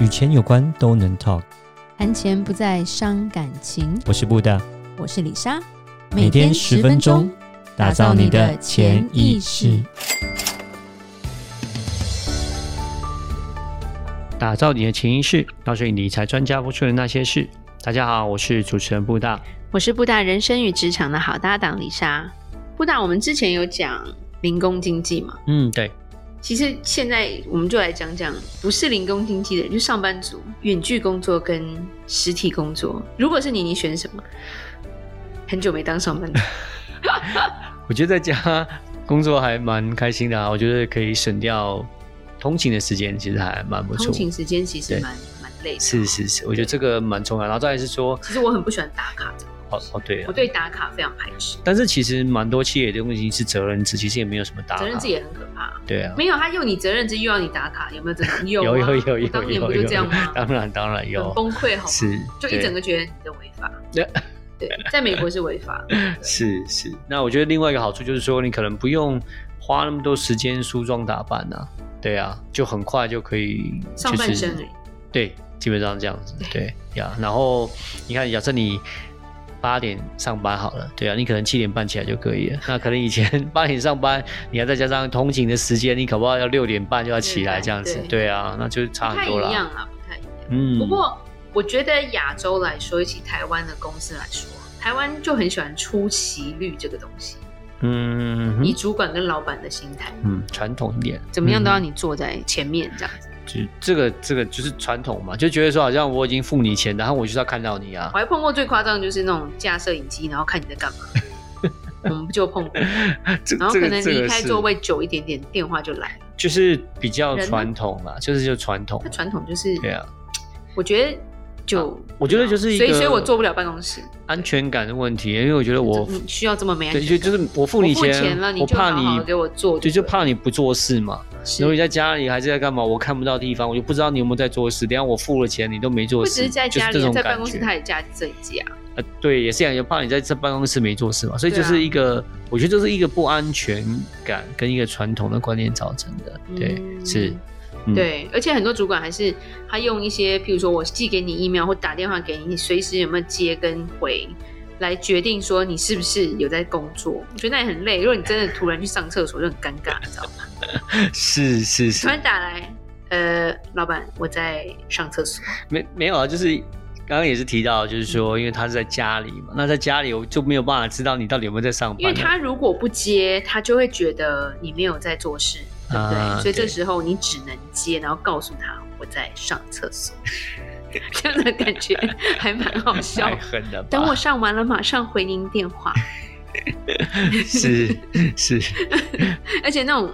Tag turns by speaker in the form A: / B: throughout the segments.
A: 与钱有关都能 talk。
B: 谈钱不再伤感情。
A: 我是布大，
B: 我是李莎，
A: 每天十分钟，打造你的潜意识，打造你的潜意识，告诉你理财专家不说的那些事。大家好，我是主持人布大。
B: 我是布大人生与职场的好搭档李莎。布大，我们之前有讲零工经济嘛？
A: 嗯，对，
B: 其实现在我们就来讲讲，不是零工经济的，就上班族远距工作跟实体工作。如果是你，你选什么？很久没当 上班族，
A: 我觉得在家工作还蛮开心的啊，我觉得可以省掉通勤的时间，其实还蛮不错
B: 通。勤时间其实
A: 对
B: 蛮蛮累的。
A: 是。是是，我觉得这个蛮重要。然后再来是说，
B: 其实我很不喜欢打卡的，
A: 哦哦对了
B: 我，对打卡非常排斥，
A: 但是其实蛮多企业的东西是责任制，其实也没有什么打卡
B: 责任制也很可怕。
A: 对啊，
B: 没有，他用你责任制又要你打卡，有没有这种？有
A: 有
B: 有
A: 有有有
B: 当年
A: 有
B: 不就
A: 有
B: 这样 吗？
A: 当然当然有
B: 很，崩溃好吗？
A: 是
B: 就一整
A: 个
B: 个觉得你的违法
A: 对。
B: 对，在美国是违 法。
A: 是是。那我觉得另外一个好处就是说，你可能不用花那么多时间梳妆打扮啊，对啊，就很快就可以
B: 上
A: 就
B: 半
A: 是
B: 身哎，
A: 对，基本上这样子，对呀。然后你看，假设你八点上班好了，对啊，你可能七点半起来就可以了。那可能以 前八点上班，你还再加上通勤的时间，你搞不好要六点半就要起来这样子
B: 对，
A: 对啊，那就差
B: 不
A: 很
B: 太
A: 多
B: 一
A: 啦。
B: 样啦，不太一样。
A: 嗯，
B: 不过我觉得亚洲来说，以及台湾的公司来说，台湾就很喜欢出奇率这个东西，
A: 嗯
B: 以主管跟老板的心态，
A: 嗯传统一点，
B: 怎么样都要
A: 嗯
B: 你坐在前面 这样子。
A: 就这个这个就是传统嘛，就觉得说好像我已经付你钱，然后我就是要看到你啊
B: 我。还碰过最夸张的就是那种架摄影机，然后看你在 干嘛。我们不就碰过，
A: 这
B: 然后可能
A: 这个
B: 离开
A: 是
B: 座位久一点点，电话就来了。
A: 就是比较
B: 人呢
A: 传统啦，就是就传统
B: 它，传统就是，
A: 对啊。
B: 我觉得就、啊
A: 我觉得就是一
B: 所以
A: 个
B: 所以我做不了办公室，
A: 安全感的问题，因为我觉得我
B: 就你需要这么没安
A: 对
B: 全
A: 就
B: 感
A: 就是我付
B: 我
A: 你
B: 付钱了，
A: 我
B: 就
A: 怕
B: 好好
A: 你
B: 给我做
A: 对，
B: 对
A: 就
B: 了，
A: 怕你不做事嘛。
B: 是
A: 如果你在家里还是在干嘛，我看不到地方，我就不知道你有没有在做事。等一下我付了钱，你都没
B: 不
A: 做
B: 只
A: 事，
B: 是在家
A: 就是
B: 里，
A: 这种
B: 在
A: 感
B: 办公室
A: 觉
B: 他也架摄影机啊，
A: 呃，对，也是这样，也怕你在这办公室没做事嘛，所以就
B: 对啊
A: 是一个，我觉得这是一个不安全感跟一个传统的观念造成的，对，
B: 嗯
A: 是，嗯
B: 对，而且很多主管还是他用一些，譬如说我寄给你 email 或打电话给你，你随时有没有接跟回。来决定说你是不是有在工作，我觉得那也很累。如果你真的突然去上厕所，就很尴尬，你知道吗？
A: 是是
B: 突
A: 是，
B: 然打来，呃，老板，我在上厕所。
A: 没没有啊，就是刚刚也是提到，就是说，因为他是在家里嘛，那在家里我就没有办法知道你到底有没有在上
B: 因为
A: 班啊了，
B: 他如果不接，他就会觉得你没有在做事，对不对？
A: 啊
B: 所以这
A: 对
B: 时候你只能接，然后告诉他我在上厕 所，这样的感觉还蛮好笑
A: 太。狠了吧，
B: 等我上完了，马上回您 电话。
A: 是 是，
B: 而且那种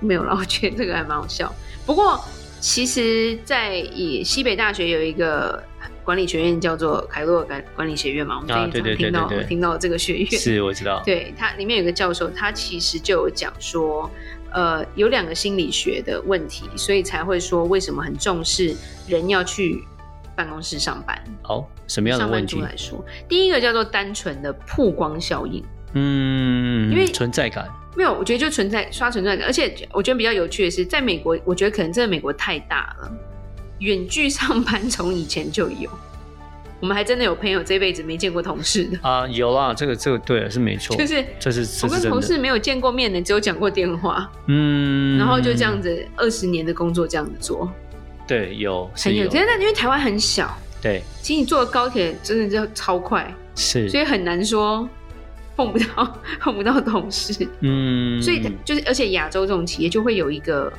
B: 没有啦，我觉得这个还蛮好笑。不过，其实，在以西北大学有一个管理学院叫做凯洛尔管管理学院嘛，我们
A: 啊
B: 最
A: 对
B: 近
A: 对
B: 常听到、
A: 对对对
B: 听到这个学院
A: 是我知道，
B: 对他里面有个教授，他其实就有讲说，呃，有两个心理学的问题，所以才会说为什么很重视人要去办公室上班。
A: 好，什么样的
B: 上
A: 问
B: 班族啊
A: 题？
B: 来说，第一个叫做单纯的曝光效应，
A: 嗯，
B: 因为
A: 存在感，
B: 没有，我觉得就存在刷存在感，而且我觉得比较有趣的是，在美国，我觉得可能真的美国太大了，远距上班从以前就有，我们还真的有朋友这辈子没见过同事的，
A: 啊，有啦，这个这个对了，是没错，
B: 就是
A: 这是哦这
B: 我
A: 是
B: 跟同
A: 真
B: 事
A: 的，
B: 没有见过面的，只有讲过电话，
A: 嗯，
B: 然后就这样，子二十年的工作这样子做，
A: 对，有是哦
B: 很有。
A: 有，
B: 但是因为台湾很小，
A: 对，
B: 其实你坐高铁真的就超快，
A: 是，
B: 所以很难说碰不到 碰不到同事。
A: 嗯，
B: 所以就是，而且亚洲这种企业就会有一个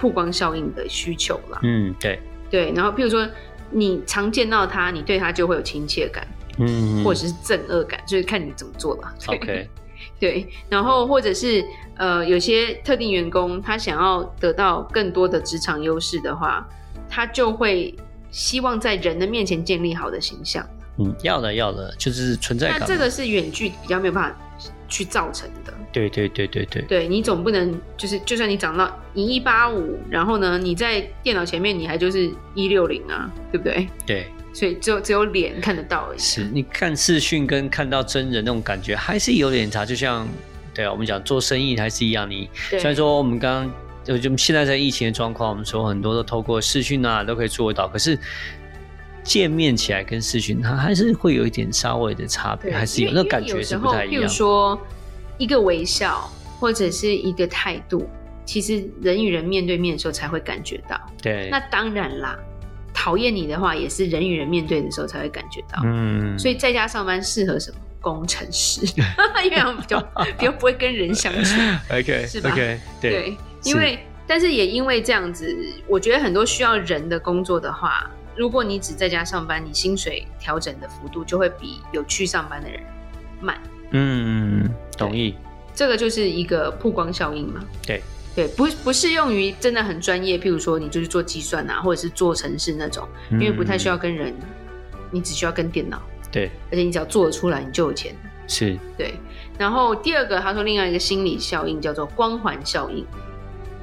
B: 曝光效应的需求啦。
A: 嗯，对，
B: 对，然后譬如说你常见到他，你对他就会有亲切感，
A: 嗯，
B: 或者是憎恶感，就是看你怎么做了。对
A: OK，
B: 对，然后或者是呃，有些特定员工他想要得到更多的职场优势的话，他就会希望在人的面前建立好的形象。
A: 嗯，要的要的，就是存在
B: 那
A: 感嘛。
B: 这个是远距比较没有办法去造成的。
A: 对对对对对，
B: 对你总不能就是，就算你长到你一八五，然后呢你在电脑前面你还就是一六零啊，对不对？
A: 对，
B: 所以只有只有脸看得到而已。
A: 是你看视讯跟看到真人那种感觉还是有点差，就像对啊，我们讲做生意还是一样，你
B: 对
A: 虽然说我们刚刚我就现在在疫情的状况，我们说很多都透过视讯啊都可以做得到，可是见面起来跟视讯它还是会有一点稍微的差别，
B: 对，
A: 还是有
B: 因为
A: 那感觉是不太一
B: 因为有时候譬如
A: 样。
B: 说一个微笑或者是一个态度，其实人与人面对面的时候才会感觉到。
A: 对
B: 那，当然啦，讨厌你的话也是人与人面对的时候才会感觉到。
A: 嗯，
B: 所以在家上班适合什么？工程师， 因为他们比较比较不会跟人相处。
A: OK
B: 是吧
A: OK 对，是
B: 因为但是也因为这样子，我觉得很多需要人的工作的话，如果你只在家上班，你薪水调整的幅度就会比有去上班的人慢。
A: 嗯，同意，
B: 这个就是一个曝光效应嘛。
A: 对
B: 对，不不适用于真的很专业，譬如说你就是做计算啊，或者是做城市那种，因为不太需要
A: 嗯。
B: 跟人，你只需要跟电脑，
A: 对，
B: 而且你只要做得出来，你就有钱。
A: 是，
B: 对，然后第二个他说另外一个心理效应叫做光环效应，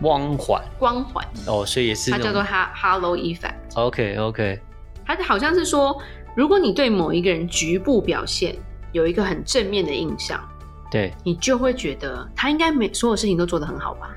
A: 光环
B: 光环，
A: 哦，所以也是
B: 它
A: 那
B: 叫做
A: 种
B: 哈 Hello Effect。
A: OK OK，
B: 它好像是说，如果你对某一个人局部表现有一个很正面的印象，
A: 对
B: 你就会觉得他应该没所有事情都做得很好吧？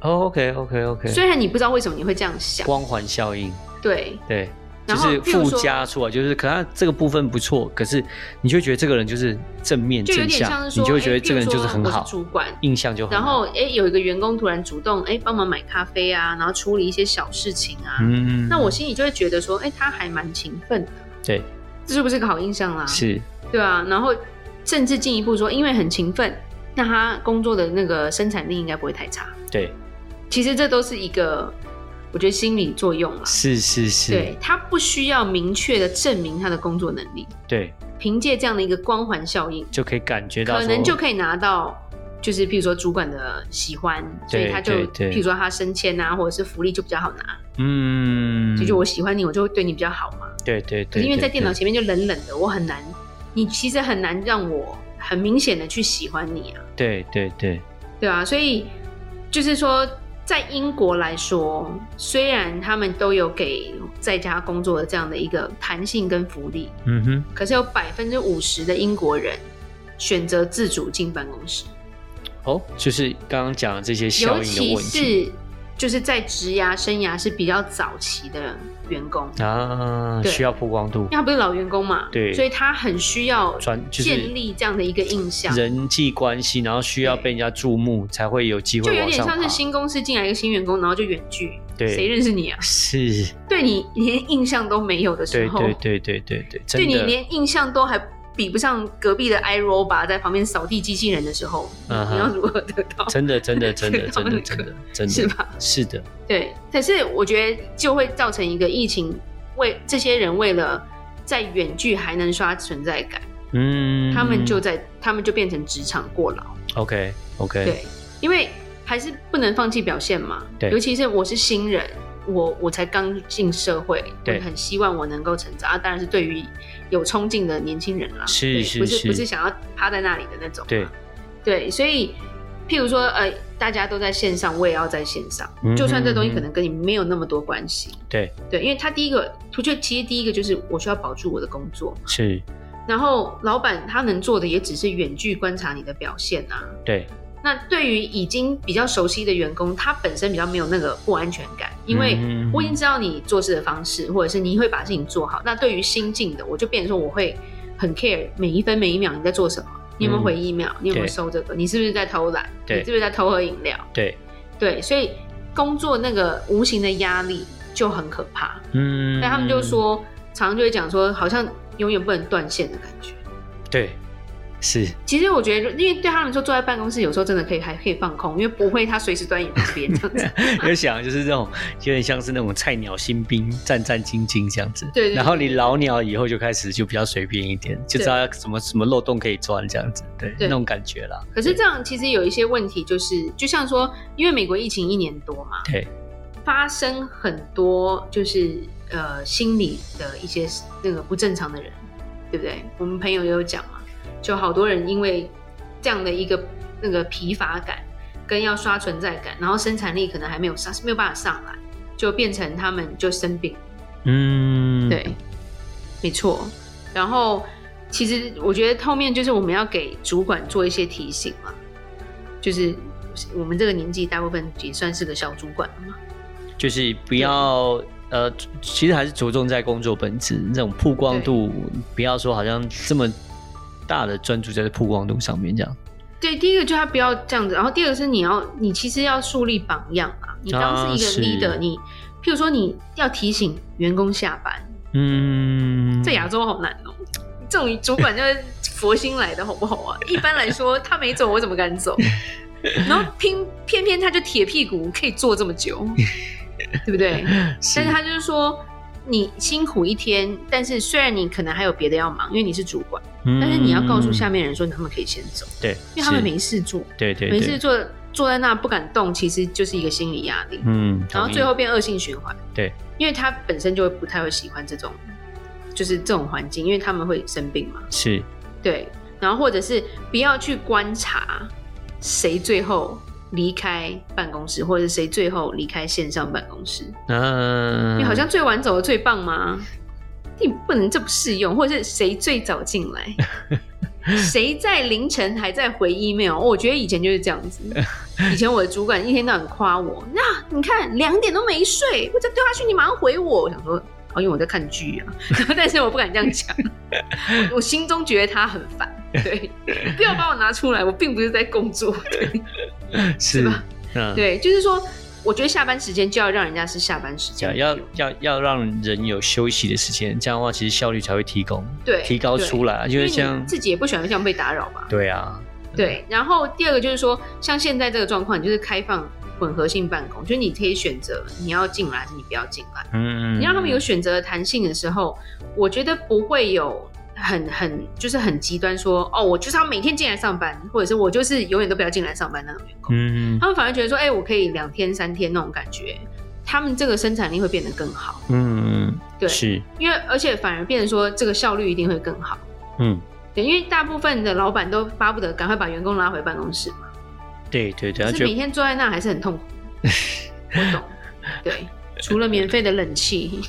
A: ，OK OK OK，
B: 虽然你不知道为什么你会这样想，
A: 光环效应，
B: 对
A: 对，就
B: 然后
A: 是
B: 譬如
A: 附
B: 说
A: 加出来，就是可能他这个部分不错，可是你就会觉得这个人就是正面
B: 就有
A: 正
B: 点
A: 向
B: 像，是说，
A: 你就会
B: 哎
A: 觉得
B: 譬
A: 这个人
B: 如
A: 就是
B: 说
A: 很
B: 我
A: 好，
B: 主管。
A: 印象就很
B: 然
A: 好。
B: 后，哎，有一个员工突然主动，哎，帮忙买咖啡啊，然后处理一些小事情啊，
A: 嗯，
B: 那我心里就会觉得说，哎，他还蛮勤奋的，
A: 对
B: 这是不是个好印象啦？，
A: 是
B: 对啊。然后，甚至进一步说，因为很勤奋，那他工作的那个生产力应该不会太差。
A: 对
B: 其实这都是一个，我觉得心理作用啦。啊
A: 是是是
B: 对，他不需要明确的证明他的工作能力，
A: 对，
B: 凭借这样的一个光环效应，
A: 就可以感觉到
B: 可能
A: 说
B: 就可以拿到，就是譬如说主管的喜欢，所以
A: 对
B: 他就
A: 对对
B: 譬如说他升迁啊，或者是福利就比较好拿。
A: 嗯，
B: 就就我喜欢你，我就会对你比较好嘛。
A: 对对
B: 可
A: 对，
B: 是因为
A: 对
B: 在电
A: 对
B: 脑前面就冷冷的，我很难，你其实很难让我很明显的去喜欢你啊，
A: 对对对
B: 对啊，所以就是说，在英国来说，虽然他们都有给在家工作的这样的一个弹性跟福利，
A: 嗯哼，
B: 可是有百分之五十的英国人选择自主进办公室，
A: 哦，就是刚刚讲的这些效
B: 尤
A: 应的
B: 其
A: 问题
B: 是就是在职涯生涯是比较早期的员工，
A: 啊，
B: 对
A: 需要曝光度
B: 因为，他不是老员工嘛，
A: 对
B: 所以他很需要
A: 专就是
B: 建立这样的一个印象，
A: 人际关系，然后需要
B: 对
A: 被人家注目，才会有机
B: 就
A: 会
B: 有
A: 往
B: 点
A: 上
B: 像是
A: 爬。
B: 新公司进来一个新员工，然后就远距，
A: 对
B: 谁认识你啊？
A: 是，
B: 对你连印象都没有的时
A: 对
B: 候，
A: 对对对对对，真
B: 对
A: 的，
B: 你连印象都还比不上隔壁的 iRobot 在旁边扫地机器人的时候，你
A: 嗯哼
B: 你要如何得到？
A: 真的 真的真的
B: 知道
A: 真
B: 那
A: 的
B: 个
A: 真的真的
B: 是吧？
A: 是的，
B: 对，可是我觉得就会造成一个疫情为这些人为了在远距还能刷存在感，
A: 嗯，
B: 他们就在他们就变成职场过劳。
A: OK OK，
B: 对，因为还是不能放弃表现嘛。
A: 对
B: 尤其是我是新人，我我才刚进社会，我
A: 对
B: 很希望我能够成长啊。当然是对于有冲劲的年轻人啦，
A: 是
B: 对
A: 是
B: 不是
A: 是
B: 不是想要趴在那里的那种嘛。
A: 对
B: 对，所以譬如说，呃，大家都在线上，我也要在线上，
A: 嗯
B: 就算这东
A: 嗯
B: 西
A: 嗯
B: 可能跟你没有那么多关系。
A: 对
B: 对，因为他第一个，我觉得其实第一个就是我需要保住我的工作，
A: 是，
B: 然后老板他能做的也只是远距观察你的表现啊，
A: 对，
B: 那对于已经比较熟悉的员工，他本身比较没有那个不安全感，因为
A: 嗯
B: 我已经知道你做事的方式，或者是你会把事情做好。那对于新进的，我就变成说我会很 care 每一分每一秒你在做什么，你有没有回 email，、你有没
A: 嗯
B: 有
A: 对
B: 收这个，你是不是在偷懒，
A: 对
B: 你是不是在偷喝饮料？
A: 对，
B: 对，所以工作那个无形的压力就很可怕。
A: 嗯，
B: 但他们就说，常常就会讲说，好像永远不能断线的感觉。
A: 对，是
B: 其实我觉得，因为对他们说，坐在办公室有时候真的可以还可以放空，因为不会他随时端椅旁边这样子。
A: 有想就是这种有点像是那种菜鸟新兵战战兢兢这样子，
B: 对对
A: 然后你
B: 对
A: 老鸟以后就开始就比较随便一点，就知道要什么什么漏洞可以钻这样子，对，
B: 对
A: 那种感觉啦，
B: 可是这样其实有一些问题，就是就像说，因为美国疫情一年多嘛，
A: 对，
B: 发生很多就是呃心理的一些那个不正常的人，对不对？我们朋友也有讲嘛，就好多人因为这样的一个那个疲乏感，跟要刷存在感，然后生产力可能还没有上，没有办法上来，就变成他们就生病。
A: 嗯，
B: 对，没错。然后其实我觉得后面就是我们要给主管做一些提醒嘛，就是我们这个年纪大部分也算是个小主管了嘛。
A: 就是不要呃，其实还是着重在工作本质这种曝光度，不要说好像这么大的专注在曝光度上面这样。
B: 对，第一个就他不要这样子，然后第二个是你要，你其实要树立榜样啊。你当是一个
A: 啊
B: leader，、
A: 是
B: 你譬如说你要提醒员工下班，
A: 嗯，
B: 在亚洲好难哦、这种主管就是佛心来的好不好啊？一般来说，他没走，我怎么敢走？然后偏偏偏他就铁屁股，可以坐这么久，对不对？
A: 是
B: 但是他就是说，你辛苦一天，但是虽然你可能还有别的要忙，因为你是主管，但是你要告诉下
A: 面，
B: 面人说他们可以先走，
A: 嗯对，
B: 因为他们
A: 是
B: 没事做，
A: 对对
B: 没
A: 对，
B: 事做坐在那不敢动，其实就是一个心理压力，
A: 嗯，
B: 然后
A: 同意
B: 最后变恶性循环。
A: 对，
B: 因为他本身就会不太会喜欢这种，就是这种环境，因为他们会生病嘛。
A: 是
B: 对，然后或者是不要去观察谁最后离开办公室，或者谁最后离开线上办公室，
A: 嗯，
B: 因为好像最晚走的最棒嘛，你不能这不适用，或者是谁最早进来。 谁在凌晨还在回 email？哦我觉得以前就是这样子。以前我的主管一天到晚夸我， 那你看两点都没睡，我再丢下去你马上回我。我想说，哦，因为我在看剧啊， 然后但是我不敢这样 讲，我我心中觉得他很烦。对，不要把我拿出来，我并不是在工作。
A: 嗯
B: 对，
A: 是
B: 吧
A: 嗯，
B: 对就是说，我觉得下班时间就要让人家是下班时
A: 这样
B: 间，
A: 要要要让人有休息的时间，这样的话其实效率才会提高，
B: 对
A: 提高
B: 对
A: 出来，因
B: 因为
A: 为
B: 你
A: 像
B: 自己也不喜欢这样被打扰吧？
A: 对啊，
B: 对，然后第二个就是说，像现在这个状况，你就是开放混合性办公，就是你可以选择你要进来还是你不要进来。
A: 嗯，
B: 你让他们有选择的弹性的时候，我觉得不会有很很就是很极端说哦，我就是要每天进来上班，或者是我就是永远都不要进来上班那种员工。
A: 嗯
B: 他们反而觉得说，哎、我可以两天三天那种感觉，他们这个生产力会变得更好。
A: 嗯，
B: 对，
A: 是
B: 因为而且反而变成说，这个效率一定会更好。
A: 嗯。
B: 对，因为大部分的老板都巴不得赶快把员工拉回办公室嘛，
A: 对对对，
B: 可
A: 他
B: 是
A: 觉
B: 每
A: 得
B: 天坐在那还是很 痛苦。我懂，对，除了免费的 冷气，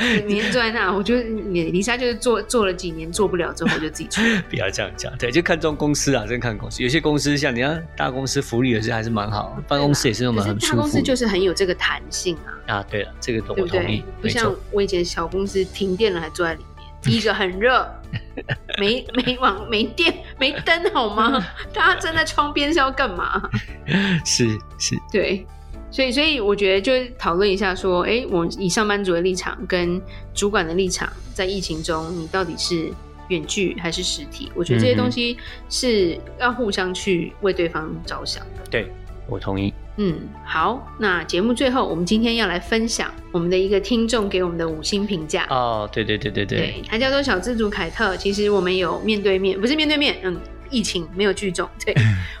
B: 每天坐在那，我就你李莎就是做做了几年做不了之后，我就自己出来。
A: 不要这样讲，对，就看中公司啊，真看公司。有些公司像你看大公司福利也是还是蛮好，办公室也是那种
B: 可是
A: 很
B: 大
A: 舒
B: 公司
A: 服
B: 就是很有这个弹性啊，
A: 啊。对了，这个懂
B: 对
A: 我
B: 不
A: 同
B: 对
A: 意，？
B: 不
A: 没
B: 像
A: 错，
B: 我以前小公司停电了还坐在里面，第一个很热，没没网没电没灯好 吗？大家站在窗边是要干嘛？
A: 是是，
B: 对，所以所以我觉得就是讨论一下说，哎，我们以上班族的立场跟主管的立场，在疫情中你到底是远距还是实体？我觉得这些
A: 嗯哼
B: 东西是要互相去为对方着想的。
A: 对我同意。
B: 嗯，好，那节目最后，我们今天要来分享我们的一个听众给我们的五星评价。
A: 哦，对对对对对，
B: 对，他叫做小资族凯特。其实我们有面对面，不是面对面，嗯，疫情没有聚众， 对，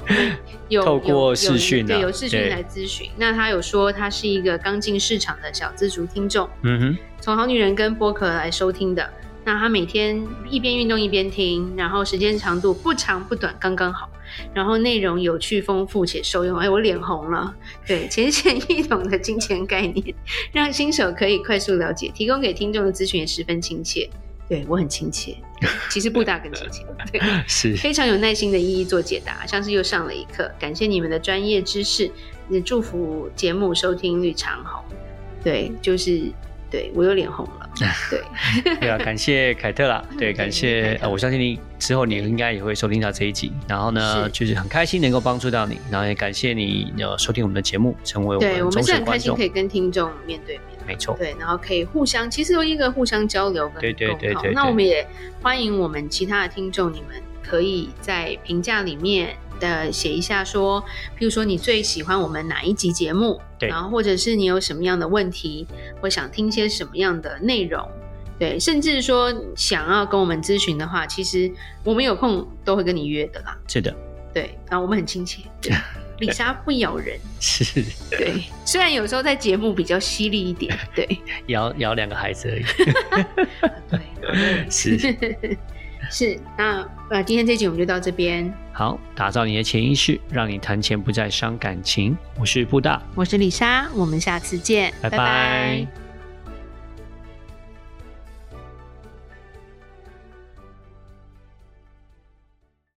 B: 我们有
A: 透过
B: 有
A: 视讯啊
B: 对，有视讯
A: 对
B: 来咨询。那他有说他是一个刚进市场的小资族听众，
A: 嗯
B: 从好女人跟播客来收听的。那他每天一边运动一边听，然后时间长度不长不短，刚刚好。然后内容有趣、丰富且受用。哎，我脸红了。对，浅显易懂的金钱概念， 让新手可以快速了解，提供给听众的咨询也十分亲切。对我很亲切，对其实布大更亲切。对，
A: 哼，是，
B: 非常有耐心的一一做解答，像是又上了一课。感谢你们的专业知识，也祝福节目收听率长虹。
A: 嗯
B: 对，就是对我又脸红 了。对，
A: 对啊， 感谢凯特啦，对，感
B: 嗯对
A: 谢
B: 凯特
A: 呃，我相信你之后你应该也会收听到这一集，然后呢，
B: 是
A: 就是很开心能够帮助到你，然后也感谢你呃收听我们的节目，成为我
B: 对我
A: 们
B: 们
A: 忠
B: 是
A: 实
B: 很开
A: 观
B: 心
A: 众
B: 可，以跟听众面对面。
A: 没错，
B: 对，然后可以互相，其实有一个互相交流跟
A: 对对对
B: 沟通
A: 对
B: 那
A: 对
B: 我们也欢迎我们其他的听众，你们可以在评价里面的写一下说，譬如说你最喜欢我们哪一集节目，
A: 对
B: 然后或者是你有什么样的问题，或想听些什么样的内容。对，甚至说想要跟我们咨询的话，其实我们有空都会跟你约的啦。
A: 是的，
B: 对，然后我们很亲切。 对，李莎不咬人。
A: 是
B: 对，虽然有时候在节目比较犀利一点。对，
A: 摇摇两个孩子而已，
B: 对，
A: 是
B: 是。那呃，今天这集我们就到这边。
A: 好，打造你的潜意识，让你谈钱不再伤感情。我是布大，
B: 我是李莎，我们下次见，
A: 拜拜